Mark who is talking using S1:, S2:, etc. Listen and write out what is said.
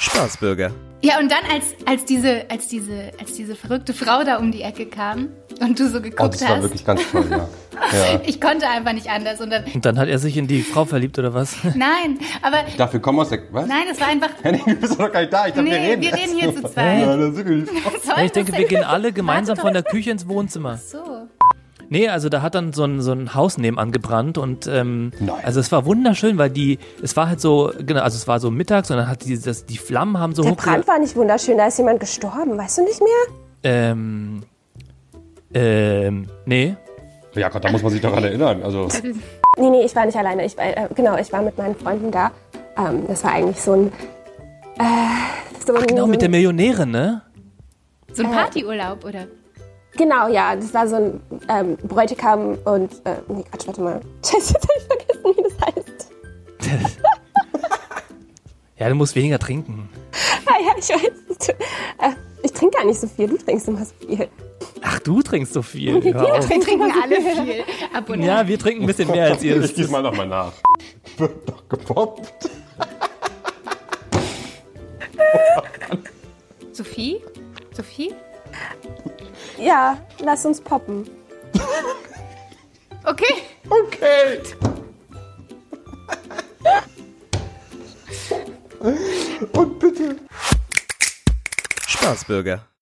S1: Staatsbürger.
S2: Ja, und dann, als, als, diese, als, diese, als diese verrückte Frau da um die Ecke kam und du so geguckt
S3: Oh, das war
S2: hast,
S3: wirklich ganz toll, ja. ja.
S2: ich konnte einfach nicht anders. Und dann,
S4: Und dann hat er sich in die Frau verliebt oder was?
S2: nein, aber
S3: Dafür komm aus der. Was?
S2: nein, es war einfach.
S3: Henning, du bist doch gar nicht da. Ich dachte,
S2: Nee,
S3: wir reden.
S2: wir reden hier zu zweit.
S3: Ja, das ist wirklich.
S2: Soll
S4: Ich denke,
S2: das
S4: wir
S2: denn-
S4: gehen alle gemeinsam
S2: Warte
S4: von der Küche ins Wohnzimmer.
S2: So.
S4: Nee, also da hat dann so ein, so ein Haus nebenan gebrannt und ähm,
S3: Nein.
S4: also es war wunderschön, weil die, es war halt so, genau, also es war so mittags und dann hat die, das, die Flammen haben so
S5: Der
S4: hoch.
S5: Brand war nicht wunderschön, da ist jemand gestorben, weißt du nicht mehr?
S4: Ähm, ähm, nee.
S3: Ja, Gott, da muss man sich daran erinnern. Also,
S5: Nee, nee, ich war nicht alleine. Ich war, äh, genau, ich war mit meinen Freunden da. Ähm, das war eigentlich so ein. Äh, so ein
S4: Genau, mit der Millionärin, ne?
S2: So ein Partyurlaub, oder?
S5: Genau, ja, das war so ein ähm, Bräutigam und. Äh, nee, Quatsch, warte mal. Scheiße, jetzt hab ich vergessen, wie das heißt.
S4: Ja, du musst weniger trinken.
S5: Ah, Ja, ja, ich weiß. Äh, ich trinke gar nicht so viel, du trinkst immer so viel.
S4: Ach, du trinkst so viel. Hör auf.
S2: Wir trinken alle viel ab und an.
S4: Ja, wir trinken ein bisschen mehr als ihr.
S3: ich gieß mal nochmal nach. Wird doch gepoppt.
S2: Sophie? Sophie?
S5: Ja, lass uns poppen.
S2: Okay.
S3: Okay. Und bitte.
S1: Staatsbürger.